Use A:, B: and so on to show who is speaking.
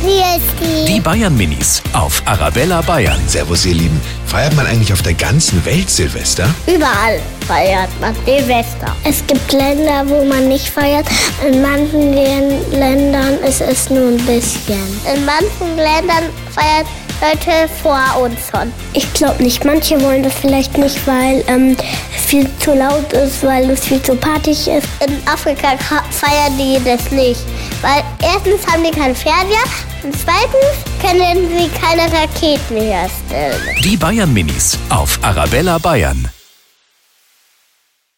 A: Christi.
B: Die Bayern Minis auf Arabella Bayern.
C: Servus, ihr Lieben. Feiert man eigentlich auf der ganzen Welt Silvester?
D: Überall feiert man Silvester.
E: Es gibt Länder, wo man nicht feiert. In manchen Län- Ländern ist es nur ein bisschen.
D: In manchen Ländern feiert Leute vor uns schon.
E: Ich glaube nicht. Manche wollen das vielleicht nicht, weil ähm, es viel zu laut ist, weil es viel zu partig ist.
D: In Afrika ka- feiern die das nicht. Weil erstens haben die keinen Fernseher und zweitens können sie keine Raketen herstellen.
B: Die Bayern Minis auf Arabella Bayern.